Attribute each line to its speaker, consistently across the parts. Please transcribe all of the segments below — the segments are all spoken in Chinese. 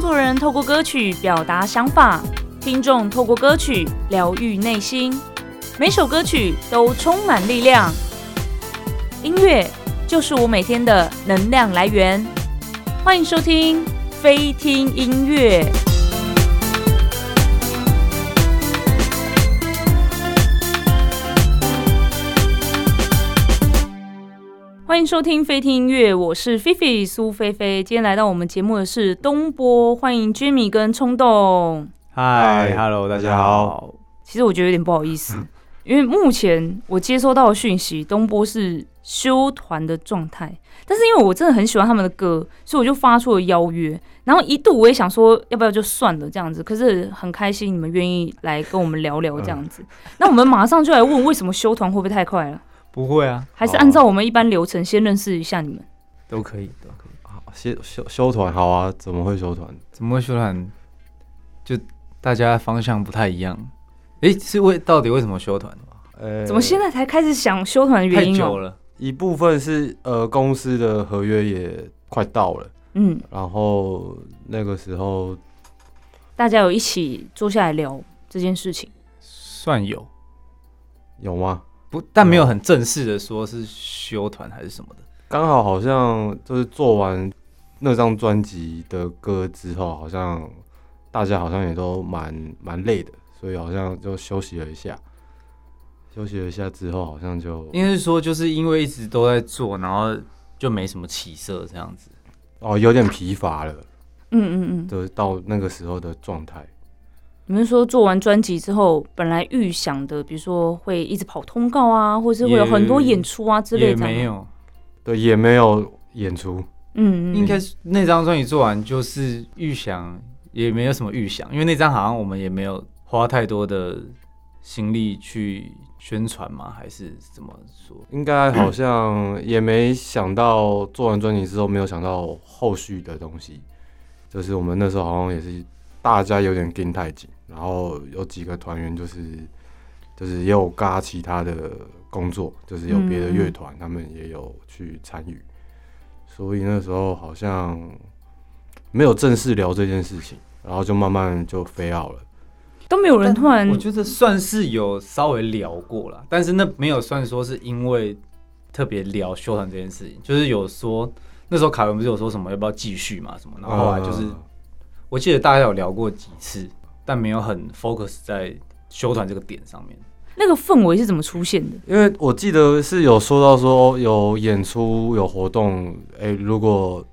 Speaker 1: 作人透过歌曲表达想法，听众透过歌曲疗愈内心。每首歌曲都充满力量，音乐就是我每天的能量来源。欢迎收听飞听音乐。欢迎收听飞听音乐，我是菲菲苏菲菲。今天来到我们节目的是东波，欢迎 Jimmy 跟冲动。
Speaker 2: 嗨
Speaker 3: 嗨
Speaker 2: ，Hello，大
Speaker 3: 大
Speaker 2: 家
Speaker 3: 家
Speaker 2: 好
Speaker 3: 好。
Speaker 1: 其实我觉得有点不好意思，
Speaker 2: 嗯
Speaker 1: 因为目前我接收到的讯息，东波是休团的状态。但是因为我真的很喜欢他们的歌，所以我就发出了邀约。然后一度我也想说，要不要就算了这样子。可是很开心你们愿意来跟我们聊
Speaker 2: 嗯
Speaker 1: 聊这样子。那我们马上就来问，为什么休团会不会太快了？
Speaker 2: 不会啊，
Speaker 1: 还是按照我们一般流程先认识一下你们？
Speaker 2: 都可以，都可以。
Speaker 3: 好休休休团好啊，怎么会休团？
Speaker 2: 怎么会休团？就大家方向不太一样。诶，是为到底为什么休团？
Speaker 3: 呃
Speaker 1: 怎么现在才开始想休团的
Speaker 2: 太
Speaker 1: 原因
Speaker 2: 久
Speaker 1: 哦、
Speaker 2: 了，
Speaker 3: 一部分是呃公司的合约也快到了，
Speaker 1: 嗯，
Speaker 3: 然后那个时候
Speaker 1: 大家有一起坐下来聊这件事情。
Speaker 2: 算有
Speaker 3: 有吗？
Speaker 2: 不，但没有很正式的说是休团还是什么的。
Speaker 3: 刚好好像就是做完那张专辑的歌之后，好像大家好像也都蛮蛮累的，所以好像就休息了一下。休息了一下之后，好像就
Speaker 2: 应该是说，就是因为一直都在做，然后就没什么起色这样子。
Speaker 3: 哦有点疲乏了，
Speaker 1: 嗯嗯嗯。
Speaker 3: 就是到那个时候的状态。
Speaker 1: 你们说做完专辑之后，本来预想的，比如说会一直跑通告啊，或是会有很多演出啊之类
Speaker 2: 也
Speaker 1: 的吗，
Speaker 2: 没有，
Speaker 3: 对，也没有演出，
Speaker 1: 嗯，嗯，
Speaker 2: 应该是那张专辑做完就是预想，也没有什么预想，因为那张好像我们也没有花太多的心力去宣传嘛，还是怎么说？
Speaker 3: 应该好像也没想到做完专辑之后，没有想到后续的东西。就是我们那时候好像也是大家有点跟太紧，然后有几个团员就是就是也有嘎其他的工作，就是有别的乐团、他们也有去参与，所以那时候好像没有正式聊这件事情，然后就慢慢就飞奥了。
Speaker 1: 都没有人突然
Speaker 2: 我觉得算是有稍微聊过啦，但是那没有算说是因为特别聊修团这件事情，就是有说那时候凯文不是有说什么要不要继续嘛什么，然后后来就是、
Speaker 3: 呃
Speaker 2: 我记得大家有聊过几次，但没有很 focus 在修团这个点上面。
Speaker 1: 那个氛围是怎么出现的？
Speaker 3: 因为我记得是有说到说有演出有活动，哎、如果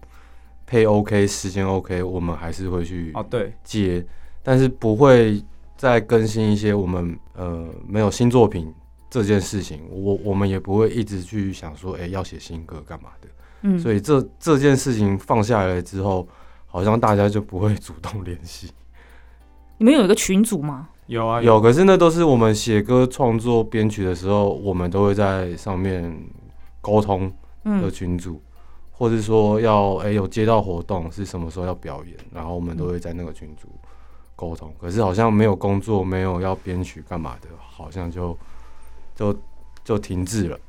Speaker 3: 配 OK 时间 OK，我们还是会去
Speaker 2: 哦，对，
Speaker 3: 接，但是不会再更新一些我们呃没有新作品这件事情，我我们也不会一直去想说，哎、要写新歌干嘛的。
Speaker 1: 嗯，
Speaker 3: 所以这这件事情放下来之后，好像大家就不会主动联系。
Speaker 1: 你们有一个群组吗？
Speaker 2: 有啊
Speaker 3: 有，可是那都是我们写歌、创作、编曲的时候，我们都会在上面沟通的
Speaker 1: 嗯，
Speaker 3: 群组，或者说要哎、有接到活动是什么时候要表演，然后我们
Speaker 1: 嗯
Speaker 3: 都会在那个群组沟通。可是好像没有工作，没有要编曲干嘛的，好像就就就停滞了。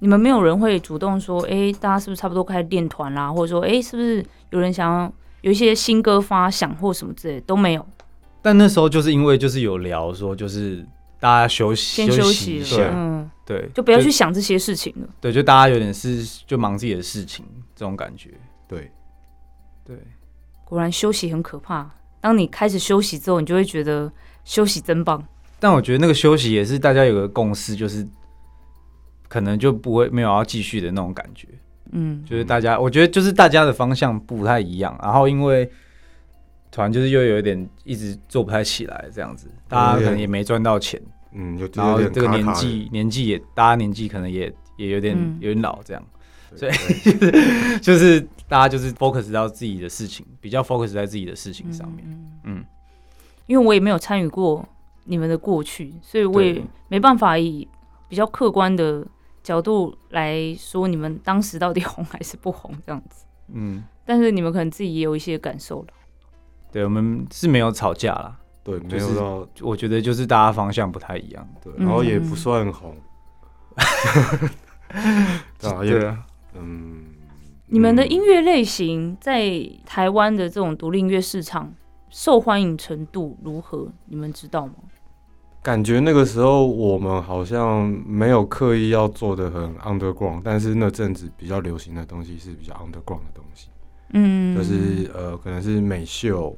Speaker 1: 你们没有人会主动说，哎、大家是不是差不多开始练团啦，或者说，哎、是不是有人想要有一些新歌发想或什么之类的都没有？
Speaker 2: 但那时候就是因为就是有聊说，就是大家休息
Speaker 1: 先休
Speaker 2: 息
Speaker 1: 息
Speaker 2: 一
Speaker 1: 了，
Speaker 2: 下，
Speaker 1: 嗯，
Speaker 2: 对，
Speaker 1: 就不要去想这些事情了。
Speaker 2: 对，就大家有点是就忙自己的事情这种感觉，
Speaker 3: 对，
Speaker 2: 对，
Speaker 1: 果然休息很可怕，当你开始休息之后，你就会觉得休息真棒。
Speaker 2: 但我觉得那个休息也是大家有个共识，就是可能就不会没有要继续的那种感觉，
Speaker 1: 嗯，
Speaker 2: 就是大家，我觉得就是大家的方向不太一样，啊然后因为团就是又有一点一直做不太起来这样子，大家可能也没赚到钱，
Speaker 3: 嗯，有就
Speaker 2: 然后
Speaker 3: 有点
Speaker 2: 这个
Speaker 3: 卡
Speaker 2: 年
Speaker 3: 卡的
Speaker 2: 纪年纪也大家年纪可能也也有点
Speaker 1: 嗯
Speaker 2: 有点老这样，所
Speaker 3: 对
Speaker 2: 以就是大家就是 focus 到自己的事情，比较 focus 在自己的事情上面，嗯。
Speaker 1: 因为我也没有参与过你们的过去，所以我也
Speaker 2: 对
Speaker 1: 没办法以比较客观的角度来说你们当时到底红还是不红这样子。
Speaker 2: 嗯，
Speaker 1: 但是你们可能自己也有一些感受了。
Speaker 2: 对，我们是没有吵架啦。
Speaker 3: 对， 没
Speaker 2: 就是
Speaker 3: 有到
Speaker 2: 我觉得就是大家方向不太一样。
Speaker 3: 对，然后也
Speaker 1: 嗯
Speaker 3: 不 算红。对啊，也
Speaker 2: 啊，
Speaker 3: 嗯，
Speaker 1: 你们的
Speaker 3: 嗯
Speaker 1: 音乐类型在台湾的这种独立音乐市场受欢迎程度如何？你们知道吗？
Speaker 3: 感觉那个时候我们好像没有刻意要做的很 underground，但是那阵子比较流行的东西是比较 underground 的东西，
Speaker 1: 嗯，
Speaker 3: 就是呃可能是美秀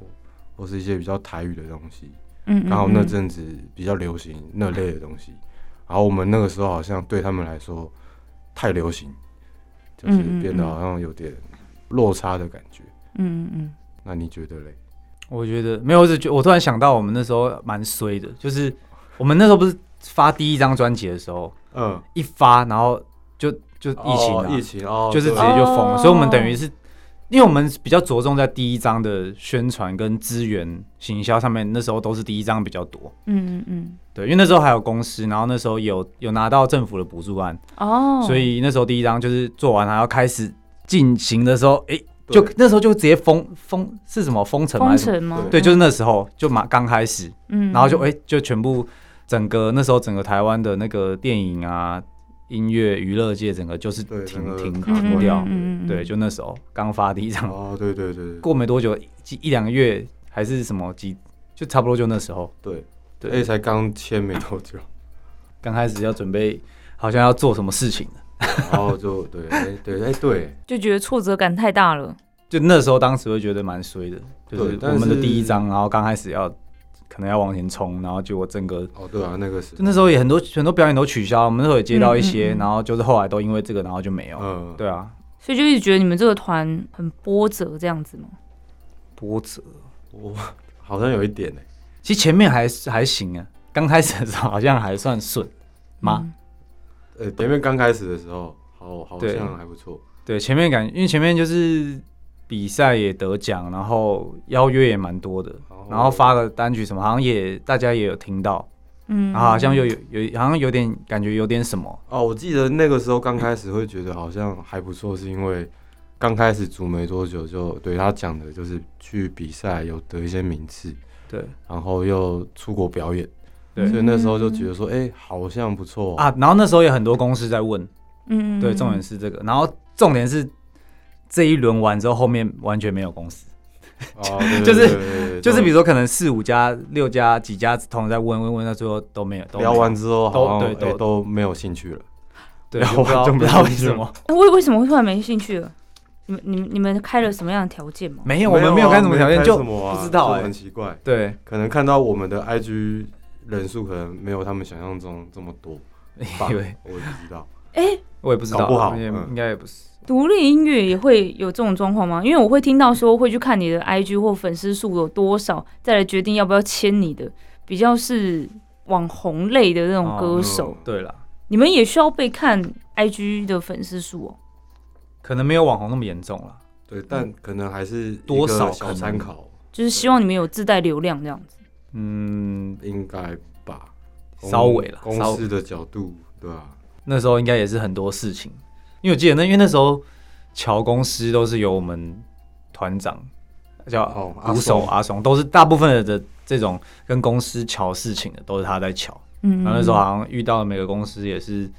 Speaker 3: 或是一些比较台语的东西，
Speaker 1: 嗯，嗯
Speaker 3: 刚好那
Speaker 1: 嗯
Speaker 3: 阵子比较流行那类的东西，然后我们那个时候好像对他们来说太流行，就是
Speaker 1: 嗯嗯
Speaker 3: 变得
Speaker 1: 嗯
Speaker 3: 好像有点落差的感觉。
Speaker 1: 嗯嗯嗯，
Speaker 3: 那你觉得嘞？
Speaker 2: 我觉得没有，我只觉我突然想到我们那时候蛮衰的，就是我们那时候不是发第一张专辑的时候，
Speaker 3: 嗯，
Speaker 2: 一发然后就就疫情、啊
Speaker 3: 哦疫情哦，
Speaker 2: 就是直
Speaker 3: 对
Speaker 2: 接就封了，
Speaker 1: 哦
Speaker 2: 所以我们等于是。因为我们比较着重在第一章的宣传跟资源行销上面，那时候都是第一章比较多。
Speaker 1: 嗯嗯
Speaker 2: 对，因为那时候还有公司，然后那时候有有拿到政府的补助案，
Speaker 1: 嗯，哦，
Speaker 2: 所以那时候第一章就是做完，然后开始进行的时候，诶，
Speaker 3: 对
Speaker 2: 就那时候就直接封封是什么封城吗？
Speaker 1: 封
Speaker 2: 还是什么
Speaker 1: 城吗？
Speaker 2: 对，就是那时候就马刚开始，
Speaker 1: 嗯，
Speaker 2: 然后就诶，就全部整个那时候整个台湾的那个电影啊、音乐娱乐界整个就是
Speaker 3: 对
Speaker 2: 停
Speaker 3: 整个
Speaker 2: 停
Speaker 3: 卡关
Speaker 2: 停掉。
Speaker 1: 嗯嗯嗯嗯嗯
Speaker 2: 对，就那时候刚发第一张，
Speaker 3: 哦，对对对对
Speaker 2: 过没多久几一两个月还是什么几，就差不多就那时候
Speaker 3: 对
Speaker 2: 对
Speaker 3: 对，哎，才刚签没多 久，
Speaker 2: 刚开始要准备好像要做什么事情了
Speaker 3: 然后就对，哎对哎对，
Speaker 1: 就觉得挫折感太大了。
Speaker 2: 就那时候当时会觉得蛮衰的，就是
Speaker 3: 对但
Speaker 2: 我们的
Speaker 3: 是
Speaker 2: 第一张，然后刚开始要可能要往前冲，然后结果整个
Speaker 3: 哦对啊，那个是
Speaker 2: 就，那时候也很多很多表演都取消，我们那时候也接到一
Speaker 1: 嗯
Speaker 2: 些，
Speaker 1: 嗯嗯
Speaker 2: 然后就是后来都因为这个，然后就没有。
Speaker 3: 嗯，
Speaker 2: 对啊，
Speaker 1: 所以就一直觉得你们这个团很波折这样子吗？
Speaker 2: 波折。
Speaker 3: 我好像有一点哎，
Speaker 2: 其实前面还是还行啊，刚开始的时候好像还算顺吗？
Speaker 1: 嗯？
Speaker 3: 呃，前面刚开始的时候，好好
Speaker 2: 对
Speaker 3: 像还不错，
Speaker 2: 对，前面感因为前面就是比赛也得奖，然后邀约也蛮多的，
Speaker 3: 哦
Speaker 2: 然后发了单曲什么，好像也大家也有听到，
Speaker 1: 嗯，
Speaker 2: 然啊后好像又有有好像有点感觉有点什么，
Speaker 3: 哦，我记得那个时候刚开始会觉得好像还不错，是因为刚开始组没多久就对他讲的就是去比赛有得一些名次，
Speaker 2: 对
Speaker 3: 然后又出国表演，
Speaker 2: 对
Speaker 3: 所以那时候就觉得说，哎、好像不错、
Speaker 2: 啊，然后那时候也很多公司在问，
Speaker 1: 嗯，嗯，
Speaker 2: 对，重点是这个，然后重点是这一轮完之后，后面完全没有公司，
Speaker 3: 哦对
Speaker 2: 就是
Speaker 3: 对对对
Speaker 2: 就是比如说可能四五家、六家、几家同时在问问问，到最后都没有，都没有
Speaker 3: 聊完之后
Speaker 2: 都
Speaker 3: 好像
Speaker 2: 对都
Speaker 3: 哎都没有兴趣了，
Speaker 2: 对，
Speaker 3: 聊
Speaker 2: 就不知道不知道
Speaker 3: 完就没有
Speaker 2: 为
Speaker 3: 兴趣
Speaker 2: 什
Speaker 3: 了
Speaker 2: 么
Speaker 1: 为为什么会突然没兴趣了？你们、你们、你们开了什么样的条件吗？
Speaker 2: 没有，我们没有
Speaker 3: 啊
Speaker 2: 开什么条件，
Speaker 3: 没
Speaker 2: 就
Speaker 3: 有开什么啊
Speaker 2: 不知道
Speaker 3: 就
Speaker 2: 哎
Speaker 3: 很，奇怪，
Speaker 2: 对，
Speaker 3: 可能看到我们的 IG 人数可能没有他们想象中这么多 吧，
Speaker 2: 以为
Speaker 3: 我也不知道，
Speaker 2: 我也不知道，
Speaker 3: 搞不好
Speaker 2: 也
Speaker 3: 嗯
Speaker 2: 应该也不是。
Speaker 1: 独立音乐也会有这种状况吗？因为我会听到说会去看你的 IG 或粉丝数有多少，再来决定要不要签你的，比较是网红类的那种歌手。
Speaker 3: 嗯
Speaker 2: 对啦，
Speaker 1: 你们也需要被看 IG 的粉丝数哦。
Speaker 2: 可能没有网红那么严重啦。
Speaker 3: 对，但可能还是一个
Speaker 2: 多少可
Speaker 3: 小
Speaker 2: 能
Speaker 3: 参考。
Speaker 1: 就是希望你们有自带流量这样子。
Speaker 2: 嗯，
Speaker 3: 应该吧，公
Speaker 2: 稍微啦
Speaker 3: 公
Speaker 2: 稍微
Speaker 3: 司的角度，对吧、啊？
Speaker 2: 那时候应该也是很多事情，因为我记得那因为那时候乔公司都是由我们团长叫
Speaker 3: 哦阿
Speaker 2: 鼓手
Speaker 3: 松
Speaker 2: 阿松，都是大部分的这种跟公司瞧事情的都是他在瞧。
Speaker 1: 嗯，
Speaker 2: 然啊后那时候好像遇到每个公司也是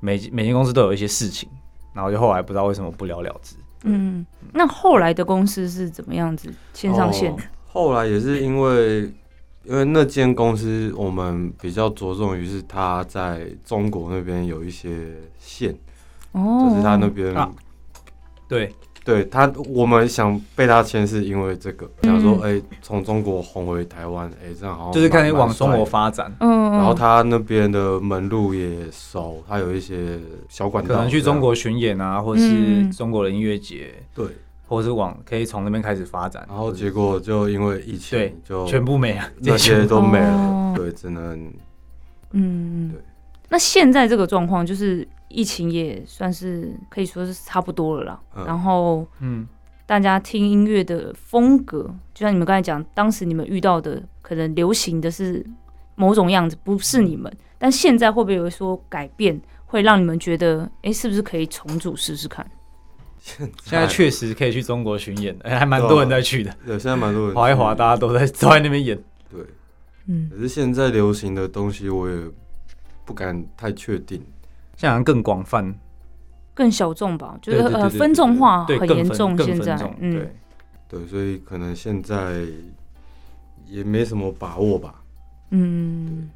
Speaker 2: 每每间公司都有一些事情，然后就后来不知道为什么不了了之。
Speaker 1: 嗯，那后来的公司是怎么样子线上线
Speaker 3: 哦？后来也是因为，因为那间公司我们比较着重于是它在中国那边有一些线，
Speaker 1: 哦，
Speaker 3: 就是它那边、
Speaker 2: 啊对，
Speaker 3: 对它，我们想被它签是因为这个，
Speaker 1: 嗯
Speaker 3: 想说哎，从、中国红回台湾，哎、这样好像
Speaker 2: 就是看你
Speaker 3: 蛮
Speaker 2: 往中国。
Speaker 3: 蛮帅的
Speaker 2: 发展，
Speaker 1: 嗯，嗯
Speaker 3: 然后它那边的门路也熟，它有一些小管道，
Speaker 2: 可能去中国巡演啊，或是
Speaker 1: 嗯
Speaker 2: 中国的音乐节，
Speaker 3: 这样对，
Speaker 2: 或者是往可以从那边开始发展。
Speaker 3: 然后结果就因为疫
Speaker 2: 对
Speaker 3: 情，就
Speaker 2: 全部没了，
Speaker 3: 那些都没
Speaker 1: 哦
Speaker 3: 了，对，只能
Speaker 1: 嗯，嗯
Speaker 3: 对
Speaker 1: 那现在这个状况就是疫情也算是可以说是差不多了啦，
Speaker 3: 嗯
Speaker 1: 然后
Speaker 2: 嗯，
Speaker 1: 大家听音乐的风格，就像你们刚才讲，当时你们遇到的可能流行的是某种样子，不是你们，
Speaker 2: 嗯
Speaker 1: 但现在会不会有说改变？会让你们觉得，哎、是不是可以重组试试看？
Speaker 2: 现在确实可以去中国巡演，哎、还蛮多人在去的，
Speaker 3: 对，现啊在蛮多人
Speaker 2: 滑一滑，大家都在都在那边演。
Speaker 3: 对。
Speaker 1: 嗯
Speaker 3: 可是现在流行的东西，我也不敢太确定。
Speaker 2: 现在好像更广泛，
Speaker 1: 更小众吧，就
Speaker 2: 对
Speaker 1: 是
Speaker 2: 对对
Speaker 1: 呃
Speaker 2: 对
Speaker 1: 分众化
Speaker 2: 对
Speaker 1: 很
Speaker 2: 更
Speaker 1: 严
Speaker 2: 分
Speaker 1: 重，
Speaker 2: 更
Speaker 1: 现
Speaker 2: 分
Speaker 1: 在
Speaker 2: 众
Speaker 1: 嗯
Speaker 2: 对，
Speaker 3: 对，所以可能现在也没什么把握吧。
Speaker 1: 嗯，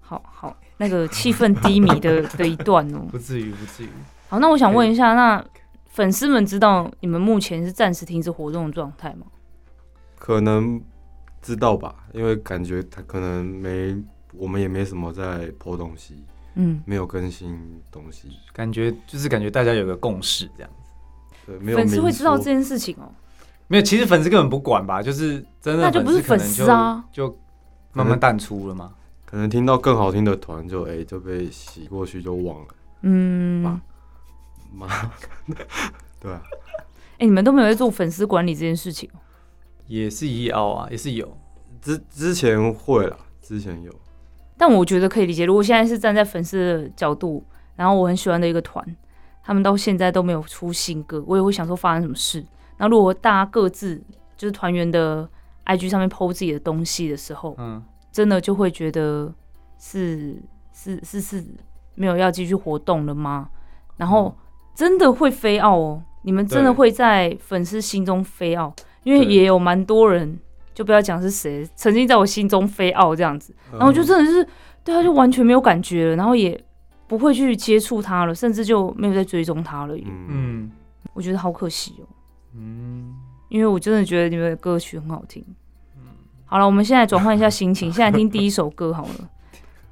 Speaker 1: 好好，那个气氛低迷的的一段哦。
Speaker 2: 不至于不至于。
Speaker 1: 好，那我想问一下，那粉丝们知道你们目前是暂时停止活动的状态吗？
Speaker 3: 可能知道吧，因为感觉他可能没，我们也没什么在破东西，
Speaker 1: 嗯，
Speaker 3: 没有更新东西，
Speaker 2: 感觉就是感觉大家有个共识这样。
Speaker 3: 对，没有
Speaker 1: 粉丝会
Speaker 3: 明
Speaker 1: 知道
Speaker 3: 说
Speaker 1: 这件事情哦。
Speaker 2: 没有，其实粉丝根本不管吧，就是真的
Speaker 1: 那就不是
Speaker 2: 可
Speaker 1: 粉
Speaker 2: 能
Speaker 1: 丝啊
Speaker 2: 就，就慢慢淡出了嘛。
Speaker 3: 可能听到更好听的团就哎、就被洗过去就忘了，
Speaker 1: 嗯
Speaker 3: 哇，妈， 对啊，
Speaker 1: 哎、你们都没有在做粉丝管理这件事情哦。
Speaker 2: 也是一凹啊，也是有。
Speaker 3: 之之前会啦，之前有，
Speaker 1: 但我觉得可以理解，如果现在是站在粉丝的角度，然后我很喜欢的一个团，他们到现在都没有出新歌，我也会想说发生什么事。那如果大家各自就是团员的 IG 上面 PO 自己的东西的时候，
Speaker 2: 嗯，
Speaker 1: 真的就会觉得是是是是没有要继续活动了吗？然后真的会飞奥哦，你们真的
Speaker 2: 嗯对
Speaker 1: 会在粉丝心中飞奥，因为
Speaker 2: 对
Speaker 1: 也有蛮多人，就不要讲是谁，曾经在我心中飞奥这样子。
Speaker 2: 嗯
Speaker 3: 然
Speaker 1: 然后就真的是对他啊就完全没有感觉了，然后也不会去接触他了，甚至就没有再追踪他了。
Speaker 3: 嗯
Speaker 2: 嗯
Speaker 1: 我觉得好可惜哦，
Speaker 2: 嗯，
Speaker 1: 因为我真的觉得你们的歌曲很好听。好了，我们现在转换一下心情，现在听第一首歌好了。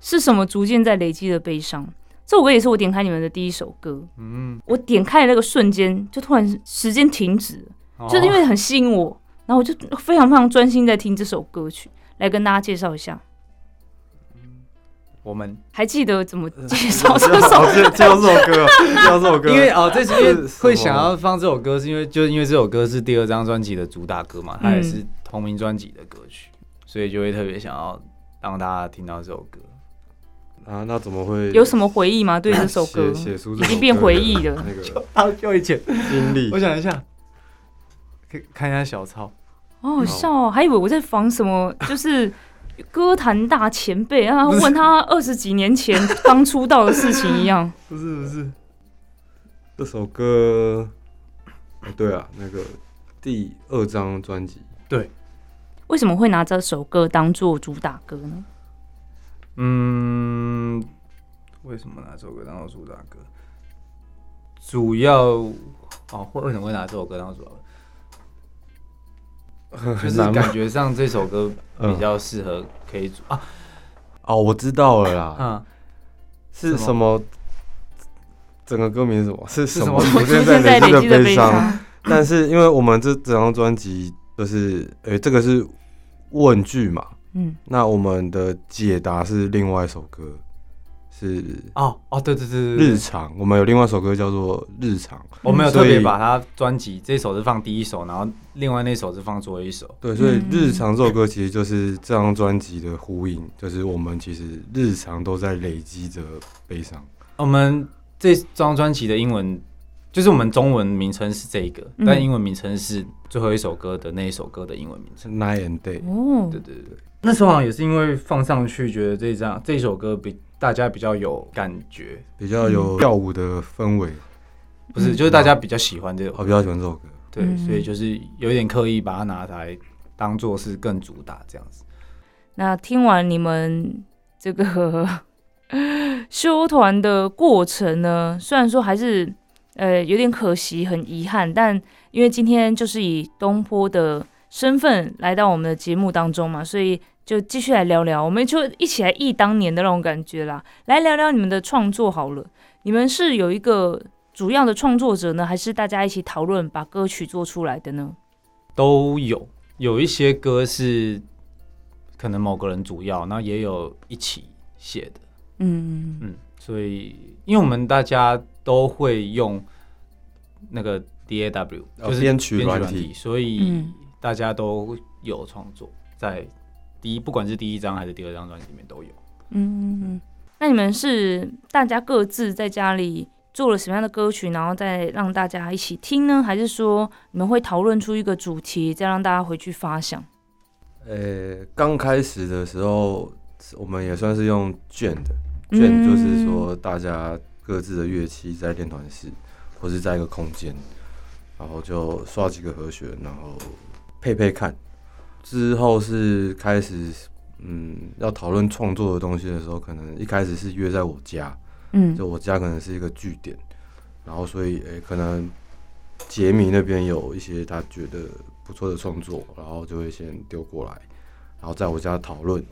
Speaker 1: 是什么逐渐在累积的悲伤？这首歌也是我点开你们的第一首歌，
Speaker 2: 嗯，
Speaker 1: 我点开的那个瞬间，就突然时间停止了。就是因
Speaker 2: 哦
Speaker 1: 为很吸引我，然后我就非常非常专心在听这首歌曲，来跟大家介绍一下。
Speaker 2: 哦我们
Speaker 1: 还记得怎么介 绍这首
Speaker 3: 好，这这首歌，啊这首歌，
Speaker 2: 因为哦，这是因为
Speaker 3: 是
Speaker 2: 会
Speaker 3: 什么
Speaker 2: 想要放这首歌，是因为就是因为这首歌是第二张专辑的主打歌嘛，它也
Speaker 1: 嗯
Speaker 2: 是同名专辑的歌曲，所以就会特别想要让大家听到这首歌。
Speaker 3: 啊，那怎么会
Speaker 1: 有什么回忆吗？对这首歌，
Speaker 3: 写写出
Speaker 1: 已经变回忆了
Speaker 3: 那个
Speaker 2: 好久以前，
Speaker 3: 经历
Speaker 2: 我？想一下，可以看一下小抄，
Speaker 1: 好好笑哦，还以为我在仿什 么，就是歌坛大前辈，然后问他二十几年 前刚出道的事情一样。
Speaker 2: 不是不是，
Speaker 3: 这首歌，哦对啊，那个第二张专辑，
Speaker 1: 为什么会拿这首歌当做主打歌呢？
Speaker 2: 嗯，为什么拿这首歌当做主打歌？主要哦，会为什么会拿这首歌当做主打 歌？就是
Speaker 3: 难吗
Speaker 2: 感觉上这首歌比
Speaker 3: 嗯
Speaker 2: 较适合可以组啊
Speaker 3: 哦，我知道了啦，
Speaker 2: 啊，
Speaker 3: 是
Speaker 2: 什
Speaker 3: 什么？整个歌名是什么？是什么？
Speaker 2: 是什么
Speaker 3: 我
Speaker 1: 出
Speaker 3: 现
Speaker 1: 现在
Speaker 3: 累
Speaker 1: 累
Speaker 3: 积
Speaker 1: 积
Speaker 3: 的
Speaker 1: 的
Speaker 3: 悲
Speaker 1: 悲
Speaker 3: 伤。
Speaker 1: 伤，
Speaker 3: 但是因为我们这整张专辑就是，诶、这个是问句嘛，
Speaker 1: 嗯，
Speaker 3: 那我们的解答是另外一首歌，是
Speaker 2: 哦哦，对对对对对
Speaker 3: 日常。我们有另外一首歌叫做《日常》，
Speaker 2: 我没有
Speaker 3: 所
Speaker 2: 特别
Speaker 3: 以
Speaker 2: 把它专辑这首是放第一首，然后另外那首是放最后一首。
Speaker 3: 对，所以
Speaker 1: 嗯
Speaker 3: 《日常》这首歌其实就是这张专辑的呼应，就是我们其实日常都在累积着悲伤。
Speaker 2: 我们这张专辑的英文就是我们中文名称是这一个，
Speaker 1: 嗯
Speaker 2: 但英文名称是最后一首歌的那一首歌的英文名称。
Speaker 3: 是 Night and Day，
Speaker 1: 哦
Speaker 2: 对，对对对，那时候好像也是因为放上去，觉得这张这首歌比大家比较有感觉，
Speaker 3: 比较有跳舞的氛围，
Speaker 2: 不是，
Speaker 1: 嗯
Speaker 2: 就是大家比较喜欢这首
Speaker 3: 我
Speaker 2: 歌，
Speaker 3: 比较喜欢这首歌。
Speaker 2: 对，
Speaker 1: 嗯
Speaker 2: 所以就是有点刻意把它拿来当做是更主打这样子。
Speaker 1: 那听完你们这个 修团的过程呢，虽然说还是呃有点可惜，很遗憾，但因为今天就是以东坡的身份来到我们的节目当中嘛，所以就继续来聊聊，我们就一起来忆当年的那种感觉啦，来聊聊你们的创作好了。你们是有一个主要的创作者呢，还是大家一起讨论把歌曲做出来的呢？
Speaker 2: 都有，有一些歌是可能某个人主要，那也有一起写的，
Speaker 1: 嗯，
Speaker 2: 嗯，所以因为我们大家都会用那个 DAW，
Speaker 3: 哦
Speaker 2: 就是
Speaker 3: 编曲软体
Speaker 2: 所以
Speaker 1: 嗯
Speaker 2: 大家都有创作在第一，不管是第一张还是第二张专辑里面都有。
Speaker 1: 嗯，那你们是大家各自在家里做了什么样的歌曲，然后再让大家一起听呢？还是说你们会讨论出一个主题，再让大家回去发想？
Speaker 3: 呃、刚开始的时候，我们也算是用卷的，卷就是说大家各自的乐器在练团室，或是在一个空间，然后就刷几个和弦，然后配配看。之后是开始，嗯，要讨论创作的东西的时候，可能一开始是约在我家，
Speaker 1: 嗯
Speaker 3: 就我家可能是一个据点，然后所以诶、可能杰米那边有一些他觉得不错的创作，然后就会先丢过来，然后在我家讨论。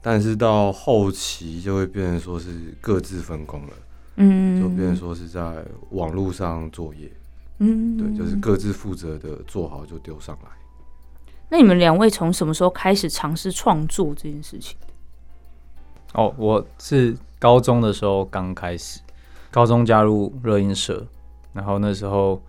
Speaker 3: 但是到后期就会变成说是各自分工了，
Speaker 1: 嗯，
Speaker 3: 就变成说是在网络上作业，
Speaker 1: 嗯，
Speaker 3: 对，就是各自负责的做好就丢上来。
Speaker 1: 那你们两位从什么时候开始尝试创作这件事情？
Speaker 2: 哦，我是高中的时候刚开始，高中加入热音社，然后那时候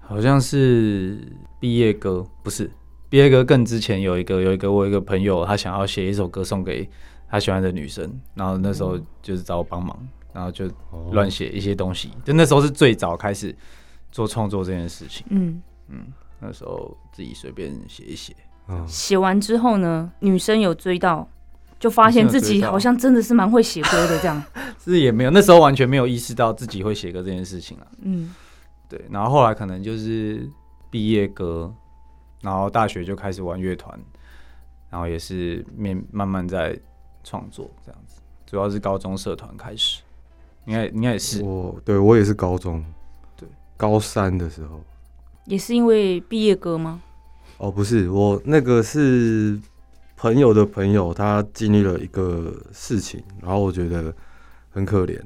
Speaker 2: 好像是毕业歌，不是毕业歌更之前有一个有一个我有一个朋友，他想要写一首歌送给他喜欢的女生，然后那时候就是找我帮忙，然后就乱写一些东西，就那时候是最早开始做创作这件事情，
Speaker 1: 嗯，
Speaker 2: 那时候自己随便写一写，
Speaker 3: 嗯，
Speaker 1: 写完之后呢，女生有追到，就发现自
Speaker 2: 女生有
Speaker 1: 己
Speaker 2: 追到
Speaker 1: 好像真的是蛮会写歌的这样。
Speaker 2: 是也没有那时候完全没有意识到自己会写歌这件事情啊。
Speaker 1: 嗯
Speaker 2: 对，然后后来可能就是毕业歌，然后大学就开始玩乐团，然后也是面慢慢在创作这样子，主要是高中社团开始，应该应该也是
Speaker 3: 我对我也是高中，
Speaker 2: 对，
Speaker 3: 高三的时候，
Speaker 1: 也是因为毕业歌吗？
Speaker 3: 哦，不是，我那个是朋友的朋友，他经历了一个事情，然后我觉得很可怜，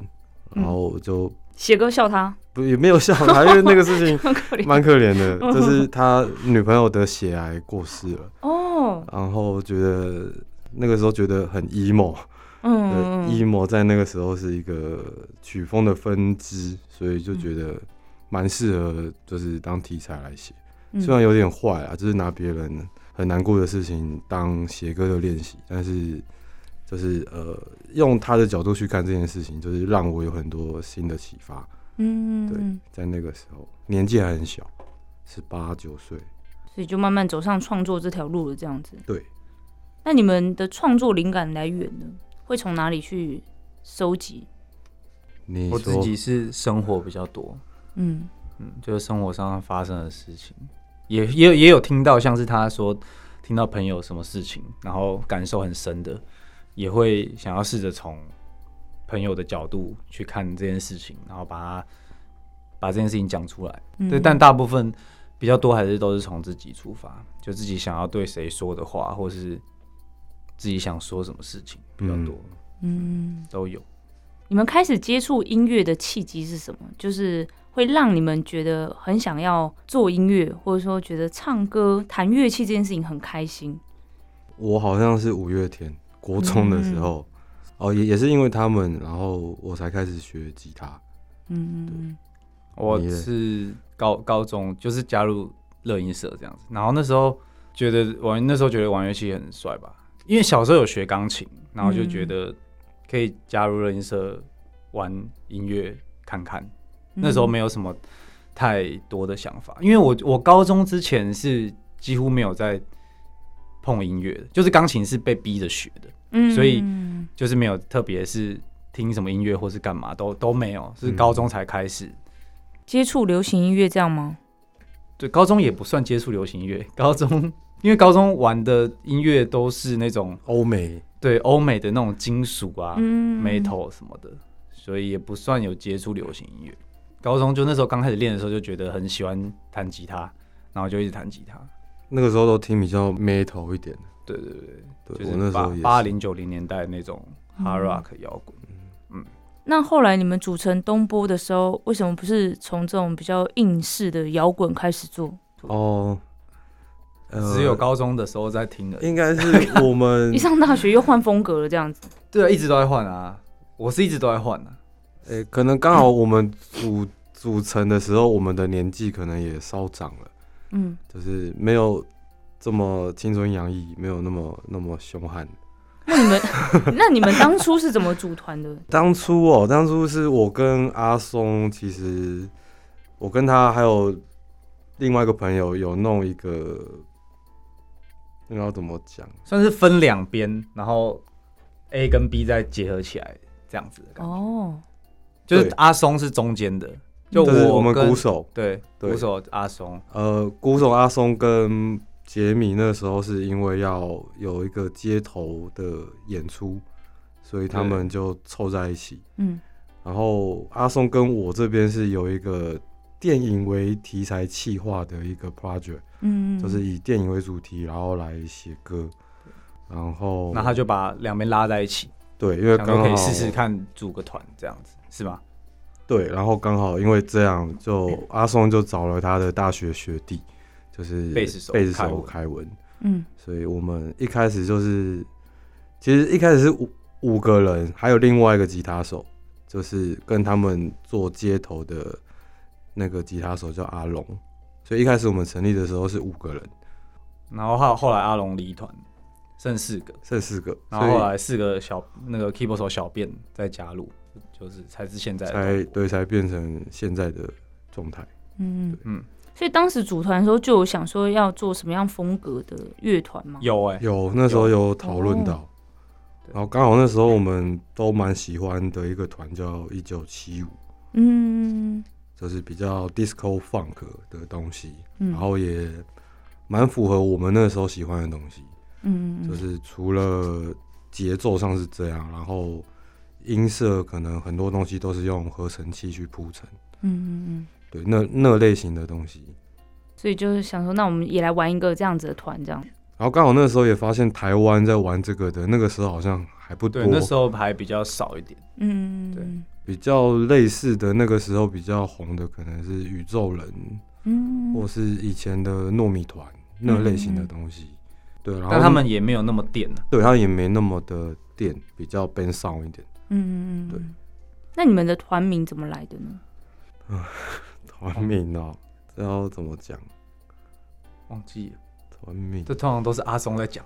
Speaker 3: 然后我就
Speaker 1: 写歌笑他，
Speaker 3: 不也没有笑他，因为那个 事情
Speaker 1: 很可怜
Speaker 3: 蛮可怜 的，就是他女朋友得血癌过世了，
Speaker 1: 哦。
Speaker 3: 然后觉得那个时候觉得很 emo，对
Speaker 1: 嗯，嗯
Speaker 3: emo 在那个时候是一个曲风的分支，所以就觉
Speaker 1: 嗯
Speaker 3: 得蛮适合就是当题材来写。
Speaker 1: 嗯
Speaker 3: 虽然有点坏啊，就是拿别人很难过的事情当写歌的练习，但是就是呃，用他的角度去看这件事情，就是让我有很多新的启发。
Speaker 1: 嗯，
Speaker 3: 对
Speaker 1: 嗯
Speaker 3: 在那个时候，年纪还很小，十八九岁，
Speaker 1: 所以就慢慢走上创作这条路了，这样子。
Speaker 3: 对。
Speaker 1: 那你们的创作灵感来源呢？会从哪里去收集？
Speaker 3: 你
Speaker 2: 我自
Speaker 3: 说
Speaker 2: 己是生活比较多，
Speaker 1: 嗯
Speaker 2: 嗯，就是生活上发生的事情，也也有也有听到像是他说听到朋友什么事情，然后感受很深的，也会想要试着从朋友的角度去看这件事情，然后把它把这件事情讲出来。
Speaker 1: 嗯
Speaker 2: 对，但大部分比较多还是都是从自己出发，就自己想要对谁说的话，或是自己想说什么事情比较多，
Speaker 1: 嗯，
Speaker 2: 都有。
Speaker 1: 你们开始接触音乐的契机是什么？就是会让你们觉得很想要做音乐，或者说觉得唱歌、弹乐器这件事情很开心。
Speaker 3: 我好像是五月天国中的时候，哦，也也是因为他们，然后我才开始学吉他。
Speaker 1: 嗯，
Speaker 2: 我
Speaker 3: 你嘞
Speaker 2: 是高高中就是加入乐音社这样子，然后那时候觉得玩那时候觉得玩乐器很帅吧，因为小时候有学钢琴，然后就觉
Speaker 3: 嗯
Speaker 2: 得可以加入乐音社玩音乐看看。
Speaker 3: 嗯
Speaker 2: 那时候没有什么太多的想法，因为我我高中之前是几乎没有在碰音乐的，就是钢琴是被逼着学的，
Speaker 1: 嗯，
Speaker 2: 所以
Speaker 1: 嗯
Speaker 2: 就是没有特别是听什么音乐或是干嘛都都没有，是
Speaker 3: 嗯
Speaker 2: 高中才开始。
Speaker 1: 接触流行音乐这样吗？
Speaker 2: 对，高中也不算接触流行音乐， 高中因为高中玩的音乐都是那种
Speaker 3: 欧美
Speaker 2: 对欧美的那种金属啊、
Speaker 1: 嗯
Speaker 2: metal 什么的，所以也不算有接触流行音乐。高中就那时候刚开始练的时候，就觉得很喜欢弹吉他，然后就一直弹吉他。
Speaker 3: 那个时候都听比较 metal 一点的，
Speaker 2: 对对对，
Speaker 3: 对、
Speaker 2: 就
Speaker 3: 我那
Speaker 2: 是
Speaker 3: 时
Speaker 2: 八
Speaker 3: 候也是
Speaker 2: 八零九零年代那种
Speaker 1: 嗯
Speaker 2: hard rock 摇滚。
Speaker 1: 那后来你们组成东波的时候，为什么不是从这种比较硬式的摇滚开始做？
Speaker 3: 哦，呃
Speaker 2: 只有高中的时候在听的，
Speaker 3: 应该是我 们
Speaker 1: 一上大学又换风格了，这样子。
Speaker 2: 对啊，一直都在换啊，我是一直都在换啊。
Speaker 3: 诶、可能刚好我们组组成的时候，我们的年纪可能也稍长了，
Speaker 1: 嗯
Speaker 3: 就是没有这么青春洋溢，没有那么那么凶悍。
Speaker 1: 那你们那你们当初是怎么组团 的？
Speaker 3: 当初哦，当初是我跟阿松，其实我跟他还有另外一个朋友有弄一个，那个要怎么讲？
Speaker 2: 算是分两边，然后 A 跟 B 再结合起来这样子的感觉。
Speaker 1: 哦，
Speaker 2: 就是
Speaker 3: 对
Speaker 2: 阿松是中间的，就
Speaker 3: 就是我们
Speaker 2: 跟
Speaker 3: 鼓手，
Speaker 2: 对
Speaker 3: 对
Speaker 2: 鼓手阿松，
Speaker 3: 呃，鼓手阿松跟杰米那时候是因为要有一个街头的演出，所以他
Speaker 2: 对
Speaker 3: 们就凑在一起。
Speaker 1: 嗯
Speaker 3: 然后阿松跟我这边是有一个电影为题材企划的一个 project，、
Speaker 1: 嗯，
Speaker 3: 就是以电影为主题，然后来写歌。然后，
Speaker 2: 那他就把两边拉在一起，
Speaker 3: 对，因为
Speaker 2: 想说
Speaker 3: 刚
Speaker 2: 可
Speaker 3: 好
Speaker 2: 以试试看组个团这样子，是吧？
Speaker 3: 对，然后刚好因为这样，就阿松就找了他的大学学弟，就是
Speaker 2: 贝斯手
Speaker 3: 贝斯
Speaker 2: 凯
Speaker 3: 手
Speaker 2: 文
Speaker 3: 凯文，
Speaker 1: 嗯
Speaker 3: 所以我们一开始就是，其实一开始是五五个人，还有另外一个吉他手，就是跟他们做街头的那个吉他手叫阿龙，所以一开始我们成立的时候是五个人，
Speaker 2: 然后后后来阿龙离团，剩四个，
Speaker 3: 剩四个，
Speaker 2: 然
Speaker 3: 所
Speaker 2: 后后
Speaker 3: 以
Speaker 2: 来四个小那个 keyboard 手小便再加入，就是才是现在的
Speaker 3: 才对才变成现在的状态。
Speaker 1: 嗯
Speaker 2: 嗯，
Speaker 1: 所以当时组团的时候就有想说要做什么样风格的乐团吗？
Speaker 2: 有哎、
Speaker 3: 有那时候有讨论到，
Speaker 2: 对
Speaker 3: 然后刚好那时候我们都蛮喜欢的一个团叫一九七五，
Speaker 1: 嗯
Speaker 3: 就是比较 disco funk 的东西，
Speaker 1: 嗯，
Speaker 3: 然后也蛮符合我们那时候喜欢的东西，
Speaker 1: 嗯嗯
Speaker 3: 就是除了节奏上是这样，然后音色可能很多东西都是用合成器去铺成，
Speaker 1: 嗯嗯嗯，
Speaker 3: 对，那那类型的东西。
Speaker 1: 所以就是想说，那我们也来玩一个这样子的团，这样。
Speaker 3: 然后刚好那时候也发现台湾在玩这个的，那个时候好像还不多
Speaker 2: 对，，那时候还比较少一点，
Speaker 1: 嗯，
Speaker 2: 对
Speaker 3: 比较类似的那个时候比较红的可能是宇宙人，
Speaker 1: 嗯，
Speaker 3: 或是以前的糯米团那类型的东西。对，然后
Speaker 2: 但他们也没有那么电啊了、
Speaker 3: 对他也没那么的电，比较 b e n sound 一点。
Speaker 1: 嗯嗯嗯，
Speaker 3: 对。
Speaker 1: 那你们的团名怎么来的呢？
Speaker 3: 团名哦，这要怎么讲？
Speaker 2: 忘记了，
Speaker 3: 团名，
Speaker 2: 这通常都是阿松在讲。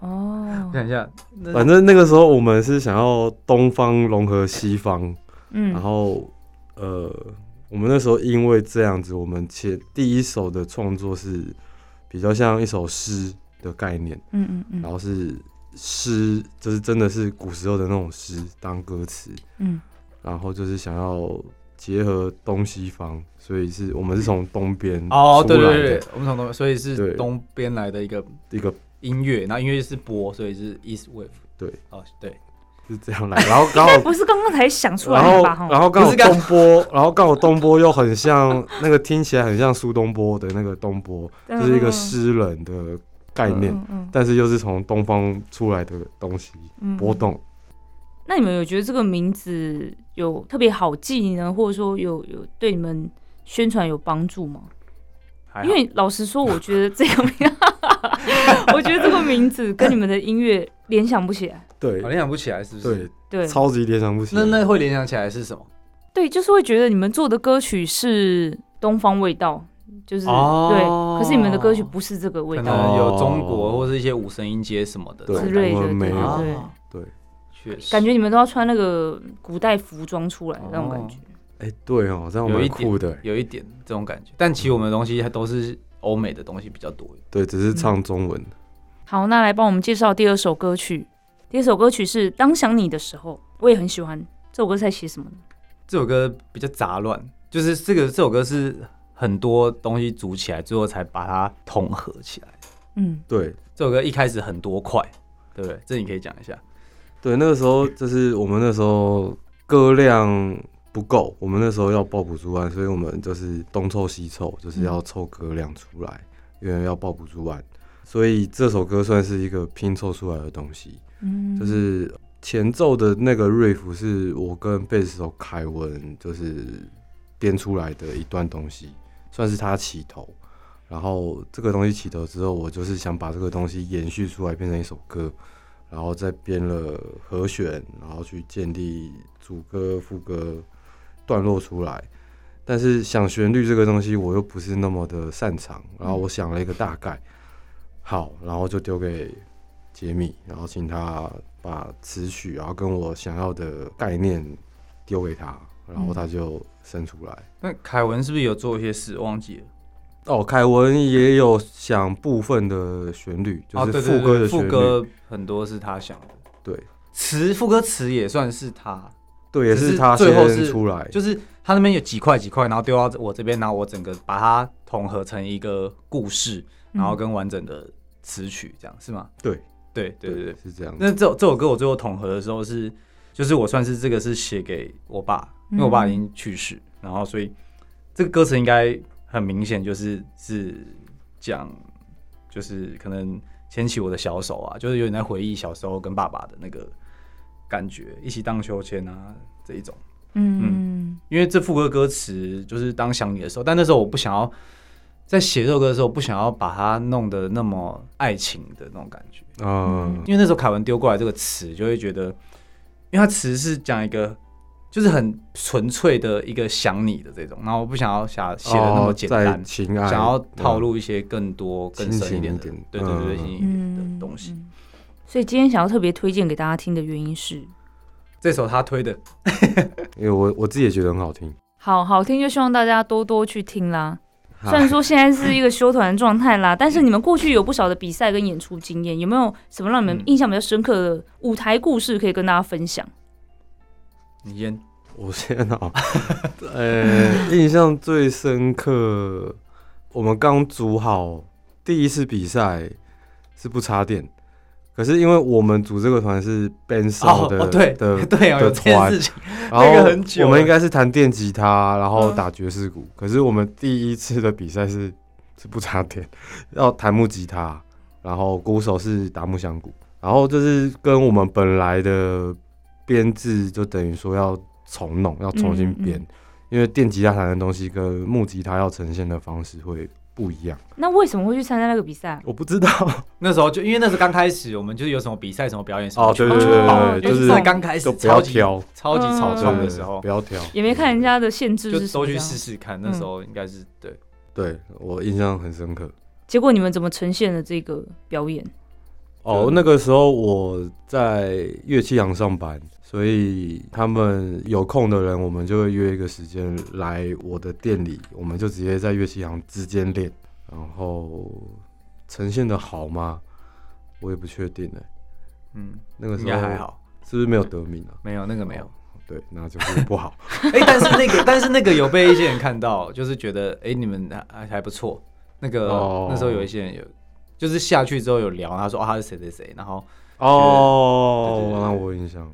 Speaker 1: 哦，
Speaker 2: 看一下，那
Speaker 3: 反正那个时候我们是想要东方融合西方，
Speaker 1: 嗯，
Speaker 3: 然后呃，我们那时候因为这样子，我们前第一首的创作是比较像一首诗的概念，
Speaker 1: 嗯嗯嗯，
Speaker 3: 然后是诗，就是真的是古时候的那种诗当歌词，
Speaker 1: 嗯
Speaker 3: 然后就是想要结合东西方，所以是我们是从东边
Speaker 2: 哦，
Speaker 3: 出
Speaker 2: 对对
Speaker 3: 来
Speaker 2: 对
Speaker 3: 的
Speaker 2: 对，我们从东，所以是
Speaker 3: 对
Speaker 2: 东边来的一个
Speaker 3: 一个
Speaker 2: 音乐，然后音乐是波，所以是 East Wave。
Speaker 3: 对，
Speaker 2: 哦对，
Speaker 3: 是这样来，然后刚好
Speaker 1: 该不是刚刚才想出来
Speaker 3: 然后
Speaker 1: 的吧？哈，
Speaker 3: 然后刚
Speaker 2: 不
Speaker 3: 好
Speaker 2: 是刚
Speaker 3: 东 波，然后刚好东波又很像那个听起来很像苏东坡的那个东波，
Speaker 1: 嗯
Speaker 3: 就是一个诗人的概念，
Speaker 1: 嗯嗯
Speaker 3: 但是又是从东方出来的东西
Speaker 1: 嗯
Speaker 3: 波。动。
Speaker 1: 那你们有觉得这个名字有特别好记呢，或者说有有对你们宣传有帮助吗？
Speaker 2: 还好
Speaker 1: 因为老实说，我觉得这个名， 我觉得这个名字跟你们的音乐联想不起来。
Speaker 3: 对
Speaker 2: 哦联想不起来是不是？
Speaker 3: 对，
Speaker 1: 对
Speaker 3: 超级联想不起来
Speaker 2: 那那会联想起来是什么？
Speaker 1: 对，就是会觉得你们做的歌曲是东方味道，就是、
Speaker 2: 哦
Speaker 1: 对，可是你们的歌曲不是这个味
Speaker 2: 可
Speaker 1: 道。
Speaker 2: 能有中
Speaker 3: 哦
Speaker 2: 国或是一些五声音阶什么的
Speaker 3: 对
Speaker 1: 之类的
Speaker 3: 我们没
Speaker 1: 对
Speaker 3: 有
Speaker 1: 啊
Speaker 2: 哦
Speaker 3: 对，
Speaker 2: 确实
Speaker 1: 感觉你们都要穿那个古代服装出来那种感觉，
Speaker 3: 哎，对哦，这样
Speaker 2: 有一
Speaker 3: 蛮
Speaker 2: 点
Speaker 3: 酷的。
Speaker 2: 有一点这种感觉，但其实我们的东西它都是欧美的东西比较多。
Speaker 3: 对，只是
Speaker 1: 嗯
Speaker 3: 唱中文。
Speaker 1: 好，那来帮我们介绍第二首歌曲。第二首歌曲是《当想你的时候》，我也很喜欢。这首歌是在写什么呢？
Speaker 2: 这首歌比较杂乱，就是这个这首歌是很多东西组起来，最后才把它统合起来。
Speaker 1: 嗯
Speaker 3: 对
Speaker 2: 这首歌一开始很多块，对不对？这你可以讲一下。
Speaker 3: 对，那个时候就是我们那时候歌量。不够，我们那时候要报补助案，所以我们就是东凑西凑，就是要凑歌量出来，因为要报补助案，所以这首歌算是一个拼凑出来的东西。
Speaker 1: 嗯
Speaker 3: 就是前奏的那个 riff 是我跟贝斯手凯文就是编出来的一段东西，算是他起头。然后这个东西起头之后，我就是想把这个东西延续出来，变成一首歌，然后再编了和弦，然后去建立主歌、副歌段落出来。但是想旋律这个东西，我又不是那么的擅长。然后我想了一个大概，好，然后就丢给杰米，然后请他把词曲，然后跟我想要的概念丢给他，然后
Speaker 2: 嗯
Speaker 3: 他就生出来。
Speaker 2: 那凯文是不是有做一些事？忘记了，
Speaker 3: 哦，凯文也有想部分的旋律，就
Speaker 2: 哦
Speaker 3: 是
Speaker 2: 对
Speaker 3: 副
Speaker 2: 对
Speaker 3: 歌
Speaker 2: 对
Speaker 3: 的
Speaker 2: 副
Speaker 3: 旋律，
Speaker 2: 歌很多是他想的，
Speaker 3: 对
Speaker 2: 词副歌词也算是他，
Speaker 3: 对，也
Speaker 2: 只
Speaker 3: 是
Speaker 2: 是
Speaker 3: 他
Speaker 2: 最后
Speaker 3: 先
Speaker 2: 是
Speaker 3: 出来，
Speaker 2: 就是他那边有几块几块，然后丢到我这边，然后我整个把它统合成一个故事，然
Speaker 3: 嗯
Speaker 2: 后跟完整的词曲，这样是吗？
Speaker 3: 对，
Speaker 2: 对对对对。
Speaker 3: 是这样子。
Speaker 2: 那这首这首歌我最后统合的时候是，就是我算是这个是写给我爸，因为我爸已经去世，然后所以这个歌词应该很明显就是是讲，就是可能牵起我的小手啊，就是有点在回忆小时候跟爸爸的那个感觉，一起荡秋千啊这一种。
Speaker 1: 嗯
Speaker 2: 因为这副歌歌词就是当想你的时候，但那时候我不想要在写这首歌的时候，我不想要把它弄得那么爱情的那种感觉，
Speaker 3: 嗯，
Speaker 2: 因为那时候凯文丢过来这个词，就会觉得，因为他词是讲一个就是很纯粹的一个想你的这种，然后我不想要想写的那么简
Speaker 3: 哦
Speaker 2: 单
Speaker 3: 在，情爱
Speaker 2: 想要套入一些更多更深点的，
Speaker 3: 亲情一点
Speaker 2: 对对对对，
Speaker 3: 嗯
Speaker 2: 心情一点的东西。
Speaker 1: 嗯所以今天想要特别推荐给大家听的原因是，
Speaker 2: 这首他推的，
Speaker 3: 嗯，因为我我自己也觉得很好听。
Speaker 1: 好好听，就希望大家多多去听啦。虽然说现在是一个休团的状态 啦，但是你们过去有不少的比赛跟演出经验，有没有什么让你们
Speaker 2: 嗯
Speaker 1: 印象比较深刻的舞台故事可以跟大家分享？
Speaker 2: 你先
Speaker 3: 我先啊， 呃，印象最深刻，我们刚组好第一次比赛是不插电，可是因为我们组这个团是 band 手的、
Speaker 2: 哦对
Speaker 3: 的
Speaker 2: 对啊，有
Speaker 3: 的
Speaker 2: 这件
Speaker 3: 团
Speaker 2: 事情，
Speaker 3: 然
Speaker 2: 那个很久了
Speaker 3: 后我们应该是弹电吉他，然后
Speaker 1: 嗯
Speaker 3: 打爵士鼓。可是我们第一次的比赛是是不插电，要弹木吉他，然后鼓手是打木箱鼓，然后就是跟我们本来的编制就等于说要重弄，要重新
Speaker 1: 嗯
Speaker 3: 编，
Speaker 1: 嗯
Speaker 3: 因为电吉他弹的东西跟木吉他要呈现的方式会不一样。
Speaker 1: 那为什么会去参加那个比赛？啊
Speaker 3: 我不知道，
Speaker 2: 那时候就因为那时候刚开始，我们就是有什么比赛、什么表演什么
Speaker 3: 哦，
Speaker 2: 去嘛，
Speaker 3: 对对对
Speaker 1: 哦
Speaker 3: 对对，
Speaker 1: 就
Speaker 3: 就是是
Speaker 1: 这
Speaker 2: 在
Speaker 1: 样
Speaker 2: 刚开始嗯
Speaker 3: 就不要
Speaker 2: 超级
Speaker 3: 挑，
Speaker 2: 超级草
Speaker 3: 对
Speaker 2: 创的时候
Speaker 3: 不，要挑，
Speaker 1: 也没看人家的限制
Speaker 2: 就是
Speaker 1: 什么啊
Speaker 2: 都去
Speaker 1: 这
Speaker 2: 试
Speaker 1: 样，
Speaker 2: 试看。那时候应该是对，
Speaker 3: 对我印象很深刻。
Speaker 1: 结果你们怎么呈现了这个表演？
Speaker 3: 哦
Speaker 2: 就，
Speaker 3: 那个时候我在乐器行上班，所以他们有空的人，我们就会约一个时间来我的店里，我们就直接在乐器行之间练。然后呈现的好吗？我也不确定哎、
Speaker 2: 嗯，
Speaker 3: 那个时
Speaker 2: 应
Speaker 3: 候
Speaker 2: 该还，好，
Speaker 3: 是不是没有得名啊？
Speaker 2: 没有那个没有
Speaker 3: 哦。对，那就是 不好。
Speaker 2: 哎，但是那个但是那个有被一些人看到，就是觉得哎你们还还不错。那个
Speaker 3: 哦
Speaker 2: 那时候有一些人有，就是下去之后有聊，他说哦他是谁谁谁，然后
Speaker 3: 哦
Speaker 2: 对对，对
Speaker 3: 那我有印象。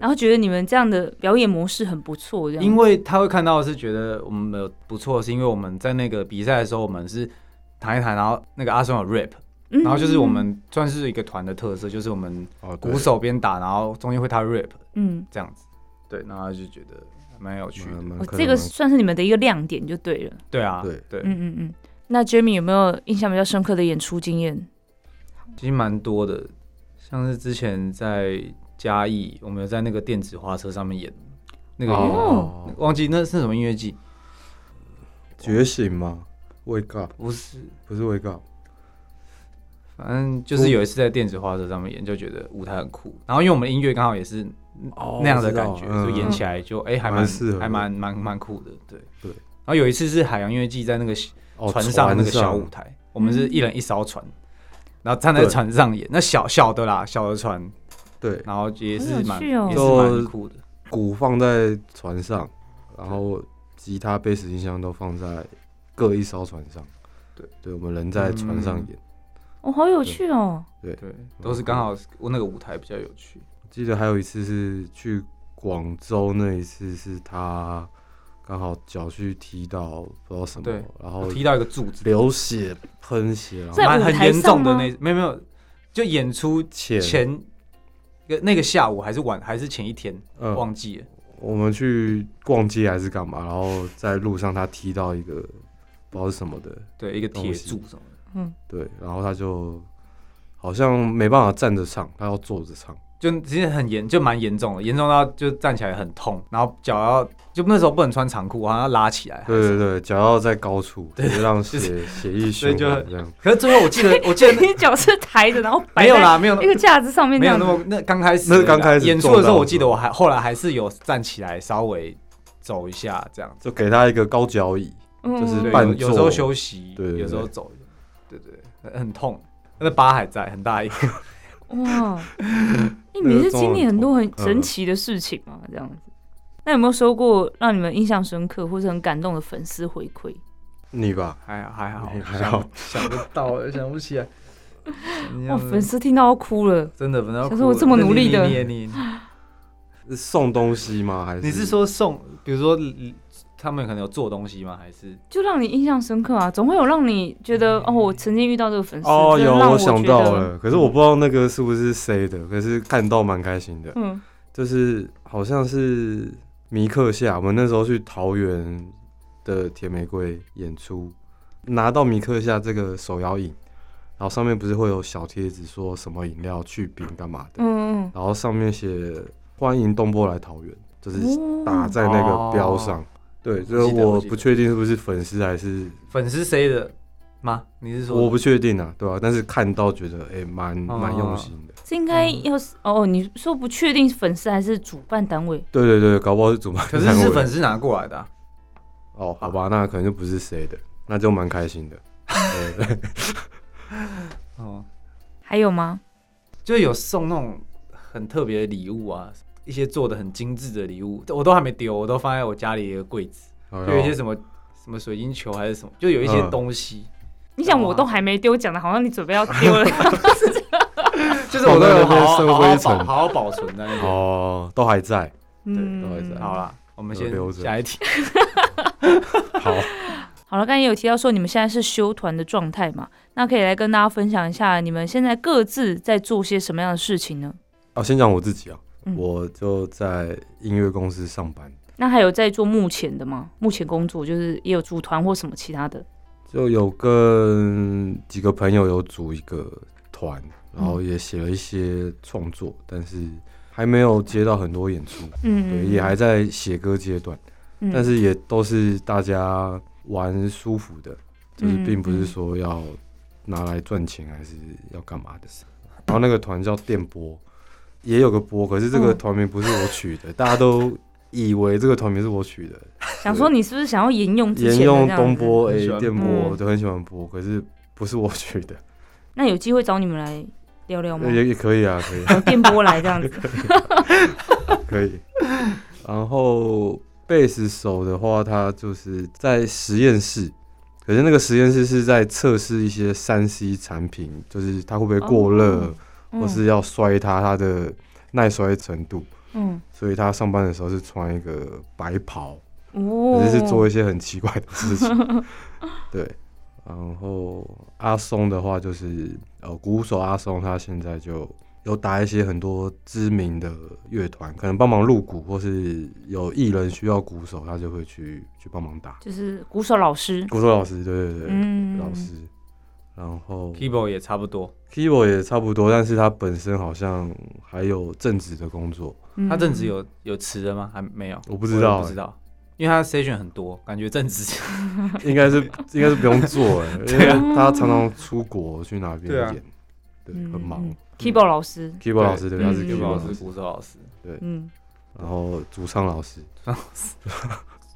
Speaker 1: 然后觉得你们这样的表演模式很不错，这样。
Speaker 2: 因为他会看到是觉得我们有不错，是因为我们在那个比赛的时候我们是弹一弹，然后那个阿松有 rap，
Speaker 1: 嗯
Speaker 2: 然后就是我，们算是一个团的特色，就是我们
Speaker 3: 哦，对
Speaker 2: 鼓手边打，然后中间会他 rap
Speaker 1: 嗯，
Speaker 2: 这样子，对，然后就觉得蛮有趣的
Speaker 3: 蛮，蛮
Speaker 1: 哦，
Speaker 3: 可能
Speaker 1: 这个
Speaker 3: 蛮
Speaker 1: 算是你们的一个亮点就对了。
Speaker 2: 对啊，
Speaker 3: 对
Speaker 2: 对，
Speaker 1: 嗯嗯嗯。那 Jamie 有没有印象比较深刻的演出经验？
Speaker 2: 其实蛮多的，像是之前在嘉义，我们有在那个电子花车上面演那个
Speaker 1: 哦
Speaker 2: 演，
Speaker 3: 哦，
Speaker 2: 忘记那是什么音乐季，
Speaker 3: 觉醒吗？Wake up，
Speaker 2: 不是，
Speaker 3: 不是 Wake up。
Speaker 2: 反正就是有一次在电子花车上面演，就觉得舞台很酷，然后因为我们的音乐刚好也是
Speaker 3: 哦
Speaker 2: 那样
Speaker 3: 我
Speaker 2: 的
Speaker 3: 知道
Speaker 2: 感觉，
Speaker 3: 嗯
Speaker 2: 就演起来就哎、还蛮
Speaker 3: 蛮适合的
Speaker 2: 还蛮蛮蛮酷的，对
Speaker 3: 对
Speaker 2: 然后有一次是海洋音乐季在那个
Speaker 3: 哦
Speaker 2: 船上那个小舞
Speaker 3: 船
Speaker 2: 台，我们是一人一艘船，然后站在船上演。那小小的啦，小的船，
Speaker 3: 对，
Speaker 2: 然后也是
Speaker 1: 好有
Speaker 2: 蛮、
Speaker 1: 趣哦
Speaker 2: 也是蛮酷的。
Speaker 3: 鼓放在船上，然后吉他、贝斯、音箱都放在各一艘船上。
Speaker 2: 对，
Speaker 3: 对，我们人在船上
Speaker 2: 嗯
Speaker 3: 演。
Speaker 1: 哦，好有趣哦。
Speaker 2: 对，都是刚好我那个舞台比较有趣。
Speaker 3: 记得还有一次是去广州，那一次是他刚好脚去踢到不知道什么
Speaker 2: 对，
Speaker 3: 然后
Speaker 2: 我踢到一个柱子，
Speaker 3: 流血喷血，然后
Speaker 1: 在
Speaker 2: 蛮
Speaker 1: 舞
Speaker 2: 很
Speaker 1: 台
Speaker 2: 严重的
Speaker 1: 上吗
Speaker 2: 那没有没有，就演出
Speaker 3: 前
Speaker 2: 前那个那个下午还是晚还是前一天、
Speaker 3: 嗯，
Speaker 2: 忘记了，
Speaker 3: 我们去逛街还是干嘛，然后在路上他踢到一个不知道是什么的，
Speaker 2: 对，一个铁
Speaker 3: 东西
Speaker 2: 柱什么的。
Speaker 1: 嗯，
Speaker 3: 对，然后他就好像没办法站着唱，他要坐着唱。
Speaker 2: 就其实很严，就蛮严重的，严重到就站起来很痛，然后脚要就那时候不能穿长裤，好像要拉起来。
Speaker 3: 对对对，脚要在高处，就是让血
Speaker 2: 就
Speaker 3: 血液
Speaker 2: 所以
Speaker 3: 循
Speaker 2: 就
Speaker 3: 环这样。
Speaker 2: 可是最后 我记得，我记得
Speaker 1: 你脚是抬着，然后摆
Speaker 2: 没有
Speaker 1: 在
Speaker 2: 啦，没有
Speaker 1: 一个架子上面这
Speaker 2: 没有
Speaker 1: 样
Speaker 2: 那
Speaker 1: 子。
Speaker 2: 么那刚开始
Speaker 3: 那是刚开始
Speaker 2: 演出的时
Speaker 3: 撞
Speaker 2: 候，
Speaker 3: 到
Speaker 2: 我记得我还后来还是有站起来稍微走一下这样，
Speaker 3: 就给他一个高脚椅，
Speaker 1: 嗯
Speaker 3: 就是
Speaker 2: 对，
Speaker 3: 半
Speaker 2: 有有时候
Speaker 3: 坐
Speaker 2: 休息，
Speaker 3: 对对对
Speaker 2: 有时候走，对对，很很痛，那疤还在，很大一个。
Speaker 1: 哇，你
Speaker 3: 那个
Speaker 1: 每次
Speaker 3: 中
Speaker 1: 经历
Speaker 3: 文
Speaker 1: 很多很
Speaker 3: 嗯
Speaker 1: 神奇的事情嘛，这样子。那有没有收过让你们印象深刻或是很感动的粉丝回馈？
Speaker 3: 你吧，
Speaker 2: 还还好，
Speaker 3: 哎还好
Speaker 2: 想，想不到，想不起来。
Speaker 1: 哇，粉丝听到要哭了。
Speaker 2: 真的，粉丝要
Speaker 1: 想
Speaker 2: 哭
Speaker 1: 说我
Speaker 2: 了
Speaker 1: 这么
Speaker 2: 那
Speaker 1: 努
Speaker 2: 你
Speaker 1: 力的
Speaker 2: 你 你你
Speaker 3: 是送东西吗？还是
Speaker 2: 你是说送，比如说嗯他们可能有做东西吗？还是
Speaker 1: 就让你印象深刻啊，总会有让你觉得哦，我曾经遇到这个粉丝，
Speaker 3: 哦，
Speaker 1: 真的
Speaker 3: 有
Speaker 1: 让我觉
Speaker 3: 想到
Speaker 1: 得，
Speaker 3: 了，可是我不知道那个是不是 C 的，可是看到蛮开心的，
Speaker 1: 嗯，
Speaker 3: 就是好像是米克夏，我们那时候去桃园的铁玫瑰演出，拿到米克夏这个手摇饮，然后上面不是会有小贴纸说什么饮料去冰干嘛的，
Speaker 1: 嗯嗯
Speaker 3: 然后上面写欢迎东波来桃园，就是
Speaker 1: 嗯，
Speaker 3: 打
Speaker 1: 哦
Speaker 3: 在那个标上。
Speaker 2: 哦
Speaker 3: 对，这个
Speaker 2: 我记得
Speaker 3: 我
Speaker 2: 我记得
Speaker 3: 不确定是不是粉丝还是
Speaker 2: 粉丝谁的吗？哦你是说
Speaker 3: 我不确定啊，对吧、但是看到觉得哎，蛮蛮用心的。
Speaker 1: 这应该要是哦，你说不确定粉丝还是主办单位，
Speaker 3: 对对对，搞不好是主办
Speaker 2: 可
Speaker 3: 单
Speaker 2: 是
Speaker 3: 位。
Speaker 2: 是粉丝拿过来的啊、
Speaker 3: 哦，好吧，那可能就不是谁的，那就蛮开心的。对对
Speaker 2: 哦，
Speaker 1: 还有吗？
Speaker 2: 就有送那种很特别的礼物啊，一些做的很精致的礼物，我都还没丢，我都放在我家里的柜子，
Speaker 3: 好
Speaker 2: 就有一些什么什么水晶球还是什么，就有一些
Speaker 3: 嗯
Speaker 2: 东 西，
Speaker 1: 你
Speaker 3: 啊
Speaker 1: 想我都还没丢，讲的好像你准备要丢了，
Speaker 2: 就是我都有好好
Speaker 3: 放在那边
Speaker 2: 好
Speaker 3: 生
Speaker 2: 好保
Speaker 3: 灰尘
Speaker 2: 好好保存在那边。
Speaker 3: 哦，都还在。
Speaker 1: 嗯，
Speaker 3: 对不好意思啊
Speaker 2: 好啦，我们
Speaker 3: 有
Speaker 2: 先
Speaker 3: 留着
Speaker 2: 下一题。
Speaker 3: 好，
Speaker 1: 好了，刚才也有提到说你们现在是修团的状态嘛，那可以来跟大家分享一下你们现在各自在做些什么样的事情呢？
Speaker 3: 哦，先讲我自己啊，
Speaker 1: 嗯
Speaker 3: 我就在音乐公司上班，
Speaker 1: 那还有在做目前的吗？目前工作就是也有组团或什么其他的，
Speaker 3: 就有跟几个朋友有组一个团，然后也写了一些创作，但是还没有接到很多演出，对，
Speaker 1: 嗯，
Speaker 3: 也还在写歌阶段。
Speaker 1: 嗯，
Speaker 3: 但是也都是大家玩舒服的，就是
Speaker 1: 嗯
Speaker 3: 并不是说要拿来赚钱还是要干嘛的。然后那个团叫电波，也有个波，可是这个
Speaker 1: 嗯
Speaker 3: 团名不是我取的，大家都以为这个团名是我取的，
Speaker 1: 想说你是不是想要沿用之前
Speaker 3: 沿
Speaker 1: 的
Speaker 3: 用
Speaker 1: 这样
Speaker 3: 东
Speaker 1: 子
Speaker 3: 波
Speaker 2: 很
Speaker 3: 诶
Speaker 2: 喜欢
Speaker 3: 电波，
Speaker 1: 嗯
Speaker 3: 我就很喜欢波，可是不是我取的，
Speaker 1: 那有机会找你们来聊聊吗？
Speaker 3: 也也可以啊，可以啊
Speaker 1: 找电波来这 样子，
Speaker 3: 可以。然后贝斯手的话，他就是在实验室，可是那个实验室是在测试一些三 C 产品，就是它会不会过热，或是要摔它它的耐摔程度。
Speaker 1: 嗯
Speaker 3: 所以他上班的时候是穿一个白袍，
Speaker 1: 嗯
Speaker 3: 可
Speaker 1: 哦，
Speaker 3: 是是做一些很奇怪的事情。对，然后阿松的话就是呃，鼓手阿松，他现在就有打一些很多知名的乐团，可能帮忙录鼓，或是有艺人需要鼓手，他就会去去帮忙打。
Speaker 1: 就是鼓手老师，
Speaker 3: 鼓手老师，对对对，
Speaker 1: 嗯，
Speaker 3: 老师。然后
Speaker 2: Keyboard 也差不多，
Speaker 3: keyboard 也差不多，但是他本身好像还有正职的工作，
Speaker 1: 嗯，
Speaker 2: 他正职有有辞了吗？还没有，
Speaker 3: 我不知
Speaker 2: 我
Speaker 3: 道
Speaker 2: 也不知道，因为他 session 很多，感觉正职。
Speaker 3: 应该是应该是不用做了，因为
Speaker 2: 对啊
Speaker 3: 他常常出国去哪边
Speaker 2: 对啊
Speaker 3: 演，对，
Speaker 1: 嗯
Speaker 3: 很忙。
Speaker 1: 嗯 keyboard 老师，
Speaker 3: keyboard 老师对，
Speaker 1: 嗯
Speaker 3: 他是
Speaker 2: Keyboard
Speaker 3: keyboard
Speaker 2: 老
Speaker 3: 老
Speaker 2: 师、
Speaker 3: 师，
Speaker 2: 鼓手老师，
Speaker 1: 嗯，
Speaker 3: 然后主唱老师，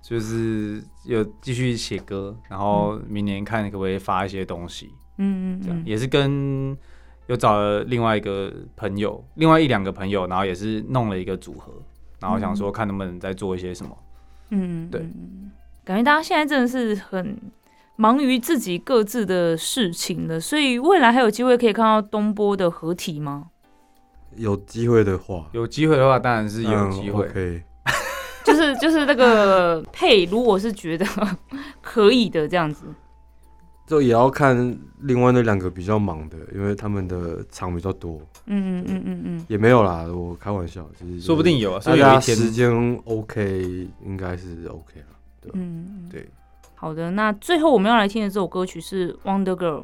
Speaker 2: 就是有继续写歌，然后
Speaker 3: 嗯
Speaker 2: 明年看可不可以发一些东西，
Speaker 1: 嗯
Speaker 2: 这样、
Speaker 1: 嗯嗯，
Speaker 2: 也是跟又找了另外一个朋友，另外一两个朋友，然后也是弄了一个组合，然后想说看能不能再做一些什么。
Speaker 1: 嗯，
Speaker 2: 对
Speaker 1: 嗯，嗯感觉大家现在真的是很忙于自己各自的事情了，所以未来还有机会可以看到东波的合体 吗？
Speaker 3: 有机会的话，
Speaker 2: 有机会的话，当然是有
Speaker 3: 嗯
Speaker 2: 机会。
Speaker 3: OK，
Speaker 1: 就是就是那 个配，如果是觉得可以的这样子，
Speaker 3: 就也要看另外那两个比较忙的，因为他们的场比较多，
Speaker 1: 嗯嗯嗯嗯嗯，
Speaker 3: 也没有啦，我开玩笑，就是
Speaker 2: 说不定有啊，所
Speaker 3: 大
Speaker 2: 以有
Speaker 3: 家
Speaker 2: 一天
Speaker 3: 时间 OK，应该是 OK 了。
Speaker 1: 嗯，
Speaker 3: 对。
Speaker 1: 好的，那最后我们要来听的这首歌曲是《Wonder Girl》，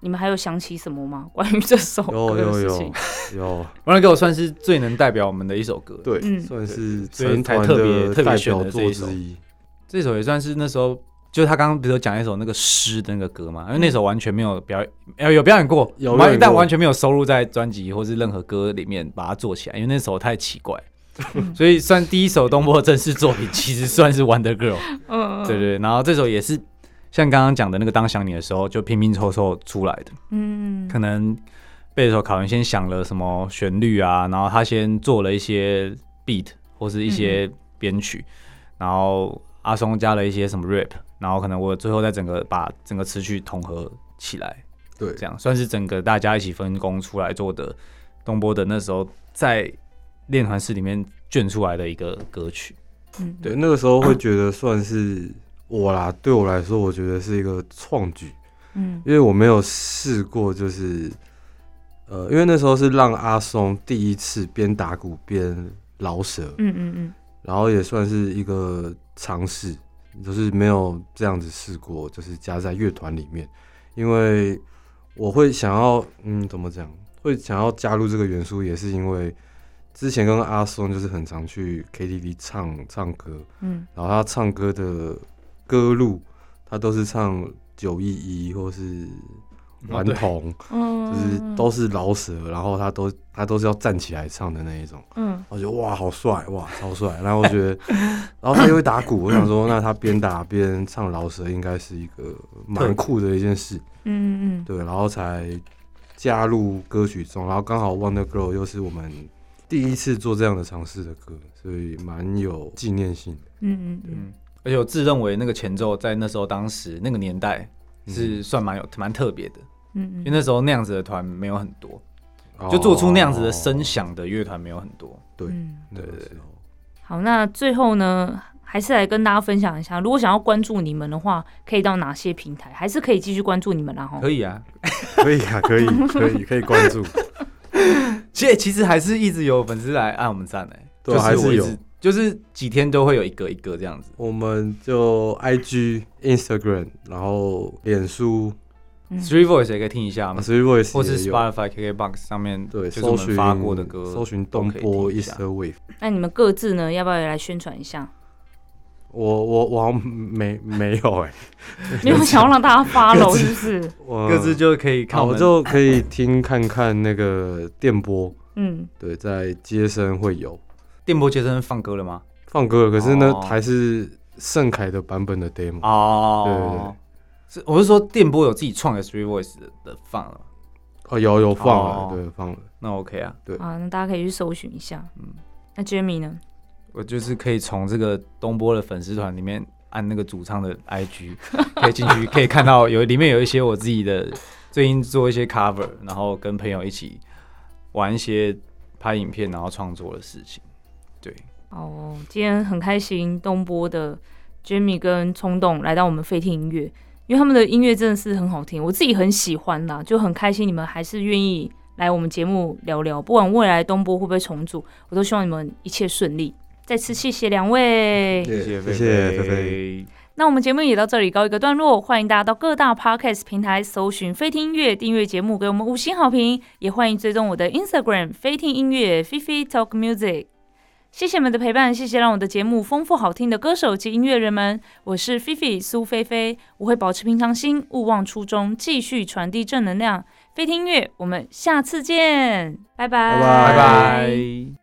Speaker 1: 你们还有想起什么吗？ 关于这首歌
Speaker 3: 有
Speaker 1: 的
Speaker 3: 有
Speaker 1: 事
Speaker 3: 有
Speaker 1: 情？
Speaker 3: 有，
Speaker 2: 《Run Go》算是最能代表我们的一首歌，，
Speaker 3: 对，
Speaker 1: 嗯
Speaker 3: 算是
Speaker 2: 所以
Speaker 3: 成
Speaker 2: 才
Speaker 3: 团
Speaker 2: 特别
Speaker 3: 的
Speaker 2: 特别
Speaker 3: 代
Speaker 2: 选
Speaker 3: 表
Speaker 2: 了这
Speaker 3: 作
Speaker 2: 一
Speaker 3: 之
Speaker 2: 首
Speaker 3: 一。
Speaker 2: 这首也算是那时候，就是他刚刚不是有讲一首那个诗的那个歌嘛，因为那首完全没有表演，呃，有表演过，
Speaker 3: 有
Speaker 2: 我们
Speaker 3: 表演过
Speaker 2: 但完全没有收录在专辑或是任何歌里面把它做起来，因为那首太奇 怪，
Speaker 1: 嗯
Speaker 2: 所以算第一首东波的正式作品，其实算是《Wonder Girl》，
Speaker 1: 嗯，
Speaker 2: 对对对，然后这首也是像刚刚讲的那个当想你的时候，就拼拼凑凑出来的。
Speaker 1: 嗯，
Speaker 2: 可能贝手考员
Speaker 1: 嗯
Speaker 2: 先想了什么旋律啊，然后他先做了一些 beat 或是一些编曲，然后阿松加了一些什么 rap，然后可能我最后再整个把整个词曲统合起来，
Speaker 3: 对
Speaker 2: 这样算是整个大家一起分工出来做的东波的那时候在练团室里面卷出来的一个歌曲。
Speaker 1: 嗯，
Speaker 3: 对，那个时候会觉得算是我啦，对我来说，我觉得是一个创举，
Speaker 1: 嗯，
Speaker 3: 因为我没有试过，就是呃，因为那时候是让阿松第一次边打鼓边饶舌，
Speaker 1: 嗯嗯嗯
Speaker 3: 然后也算是一个尝试，就是没有这样子试过，就是加在乐团里面，因为我会想要，嗯，怎么讲，会想要加入这个元素，也是因为之前跟阿松就是很常去 KTV 唱唱歌，
Speaker 1: 嗯
Speaker 3: 然后他唱歌的歌路，他都是唱九一一或是顽童，
Speaker 1: 嗯，
Speaker 3: 就是都是饶舌，然后他都他都是要站起来唱的那一种。
Speaker 1: 嗯
Speaker 3: 我觉得哇，好帅哇，超帅。然后我觉 得，然后他又会打鼓，我想说，那他边打边唱饶舌，应该是一个蛮酷的一件事。
Speaker 1: 嗯嗯
Speaker 3: 对，然后才加入歌曲中，然后刚好《Wonder Girl》又是我们第一次做这样的尝试的歌，所以蛮有纪念性的。
Speaker 1: 嗯嗯
Speaker 2: 嗯，而且我自认为那个前奏在那时候当时那个年代
Speaker 3: 嗯
Speaker 2: 是算蛮有蛮特别的，
Speaker 1: 嗯
Speaker 2: 因为那时候那样子的团没有很多，
Speaker 3: 嗯
Speaker 2: 就做出那样子的声，响的乐团没有很多。
Speaker 3: 对
Speaker 1: 嗯，
Speaker 3: 对对对，
Speaker 1: 好，那最后呢，还是来跟大家分享一下，如果想要关注你们的话，可以到哪些平台？还是可以继续关注你们啦，哈。
Speaker 2: 可以啊，
Speaker 3: 可以啊，可 以，可以，可以关注。
Speaker 2: 其实其实还是一直有粉丝来按我们赞哎、
Speaker 3: 对啊
Speaker 2: 就是
Speaker 3: 还是
Speaker 2: 我一
Speaker 3: 有
Speaker 2: 直，就是几天都会有一个一个这样子。
Speaker 3: 我们就 I G、Instagram，然后脸书、
Speaker 1: 嗯
Speaker 2: Three Voice 也可以听一下嘛，
Speaker 3: s v o i c
Speaker 2: 或是
Speaker 3: e 也有。
Speaker 2: Spotify、KKBox 上面
Speaker 3: 对，
Speaker 2: 就是我
Speaker 3: 搜
Speaker 2: 们
Speaker 3: 寻
Speaker 2: 发过的歌，
Speaker 3: 搜寻东
Speaker 2: 都
Speaker 3: 波
Speaker 2: 可以听一
Speaker 3: Easter
Speaker 2: 下
Speaker 3: Wave。
Speaker 1: 那你们各自呢，要不要也来宣传一 下？
Speaker 3: 我我我好像没没有哎、
Speaker 1: 没有想要让大家 follow 是不是？
Speaker 3: 我
Speaker 2: 各自就可以看
Speaker 3: 好，
Speaker 2: 我
Speaker 3: 啊我
Speaker 2: 们
Speaker 3: 就可以听看看那个电波，
Speaker 1: 嗯，
Speaker 3: 对，在街声会有
Speaker 2: 电波接生放歌了吗？
Speaker 3: 放歌了，可是呢、
Speaker 2: 哦啊
Speaker 3: 还是盛凯的版本的 demo，、
Speaker 2: 哦，是我是说电波有自己创的 Three Voice 的的放了吗，
Speaker 3: 哦有有放了，
Speaker 2: 哦
Speaker 3: 对放了，
Speaker 2: 那 OK 啊，
Speaker 3: 对
Speaker 1: 啊，那大家可以去搜寻一下。
Speaker 2: 嗯
Speaker 1: 那 Jamie 呢？
Speaker 2: 我就是可以从这个东波的粉丝团里面按那个主唱的 IG，可以进去可以看到有里面有一些我自己的最近做一些 cover，然后跟朋友一起玩一些拍影片然后创作的事情。对，
Speaker 1: 哦，今天很开心，东波的 Jamie 跟冲动来到我们废听音乐，因为他们的音乐真的是很好听，我自己很喜欢啦，就很开心你们还是愿意来我们节目聊聊，不管未来东波会不会重组，我都希望你们一切顺利。再次谢谢两位。
Speaker 3: 嗯
Speaker 2: 谢
Speaker 3: 谢谢
Speaker 2: 菲
Speaker 3: 菲菲。
Speaker 2: 菲。
Speaker 1: 那我们节目也到这里告一个段落，欢迎大家到各大 podcast 平台搜寻“飞听音乐”，订阅节目，给我们五星好评，也欢迎追踪我的 Instagram“ 飞听音乐 f i f i Talk Music”。谢谢你们的陪伴，谢谢让我的节目丰富好听的歌手及音乐人们，我是菲菲苏菲菲，我会保持平常心，勿忘初衷，继续传递正能量。飞听音乐，我们下次见，拜拜，
Speaker 3: 拜
Speaker 2: 拜拜。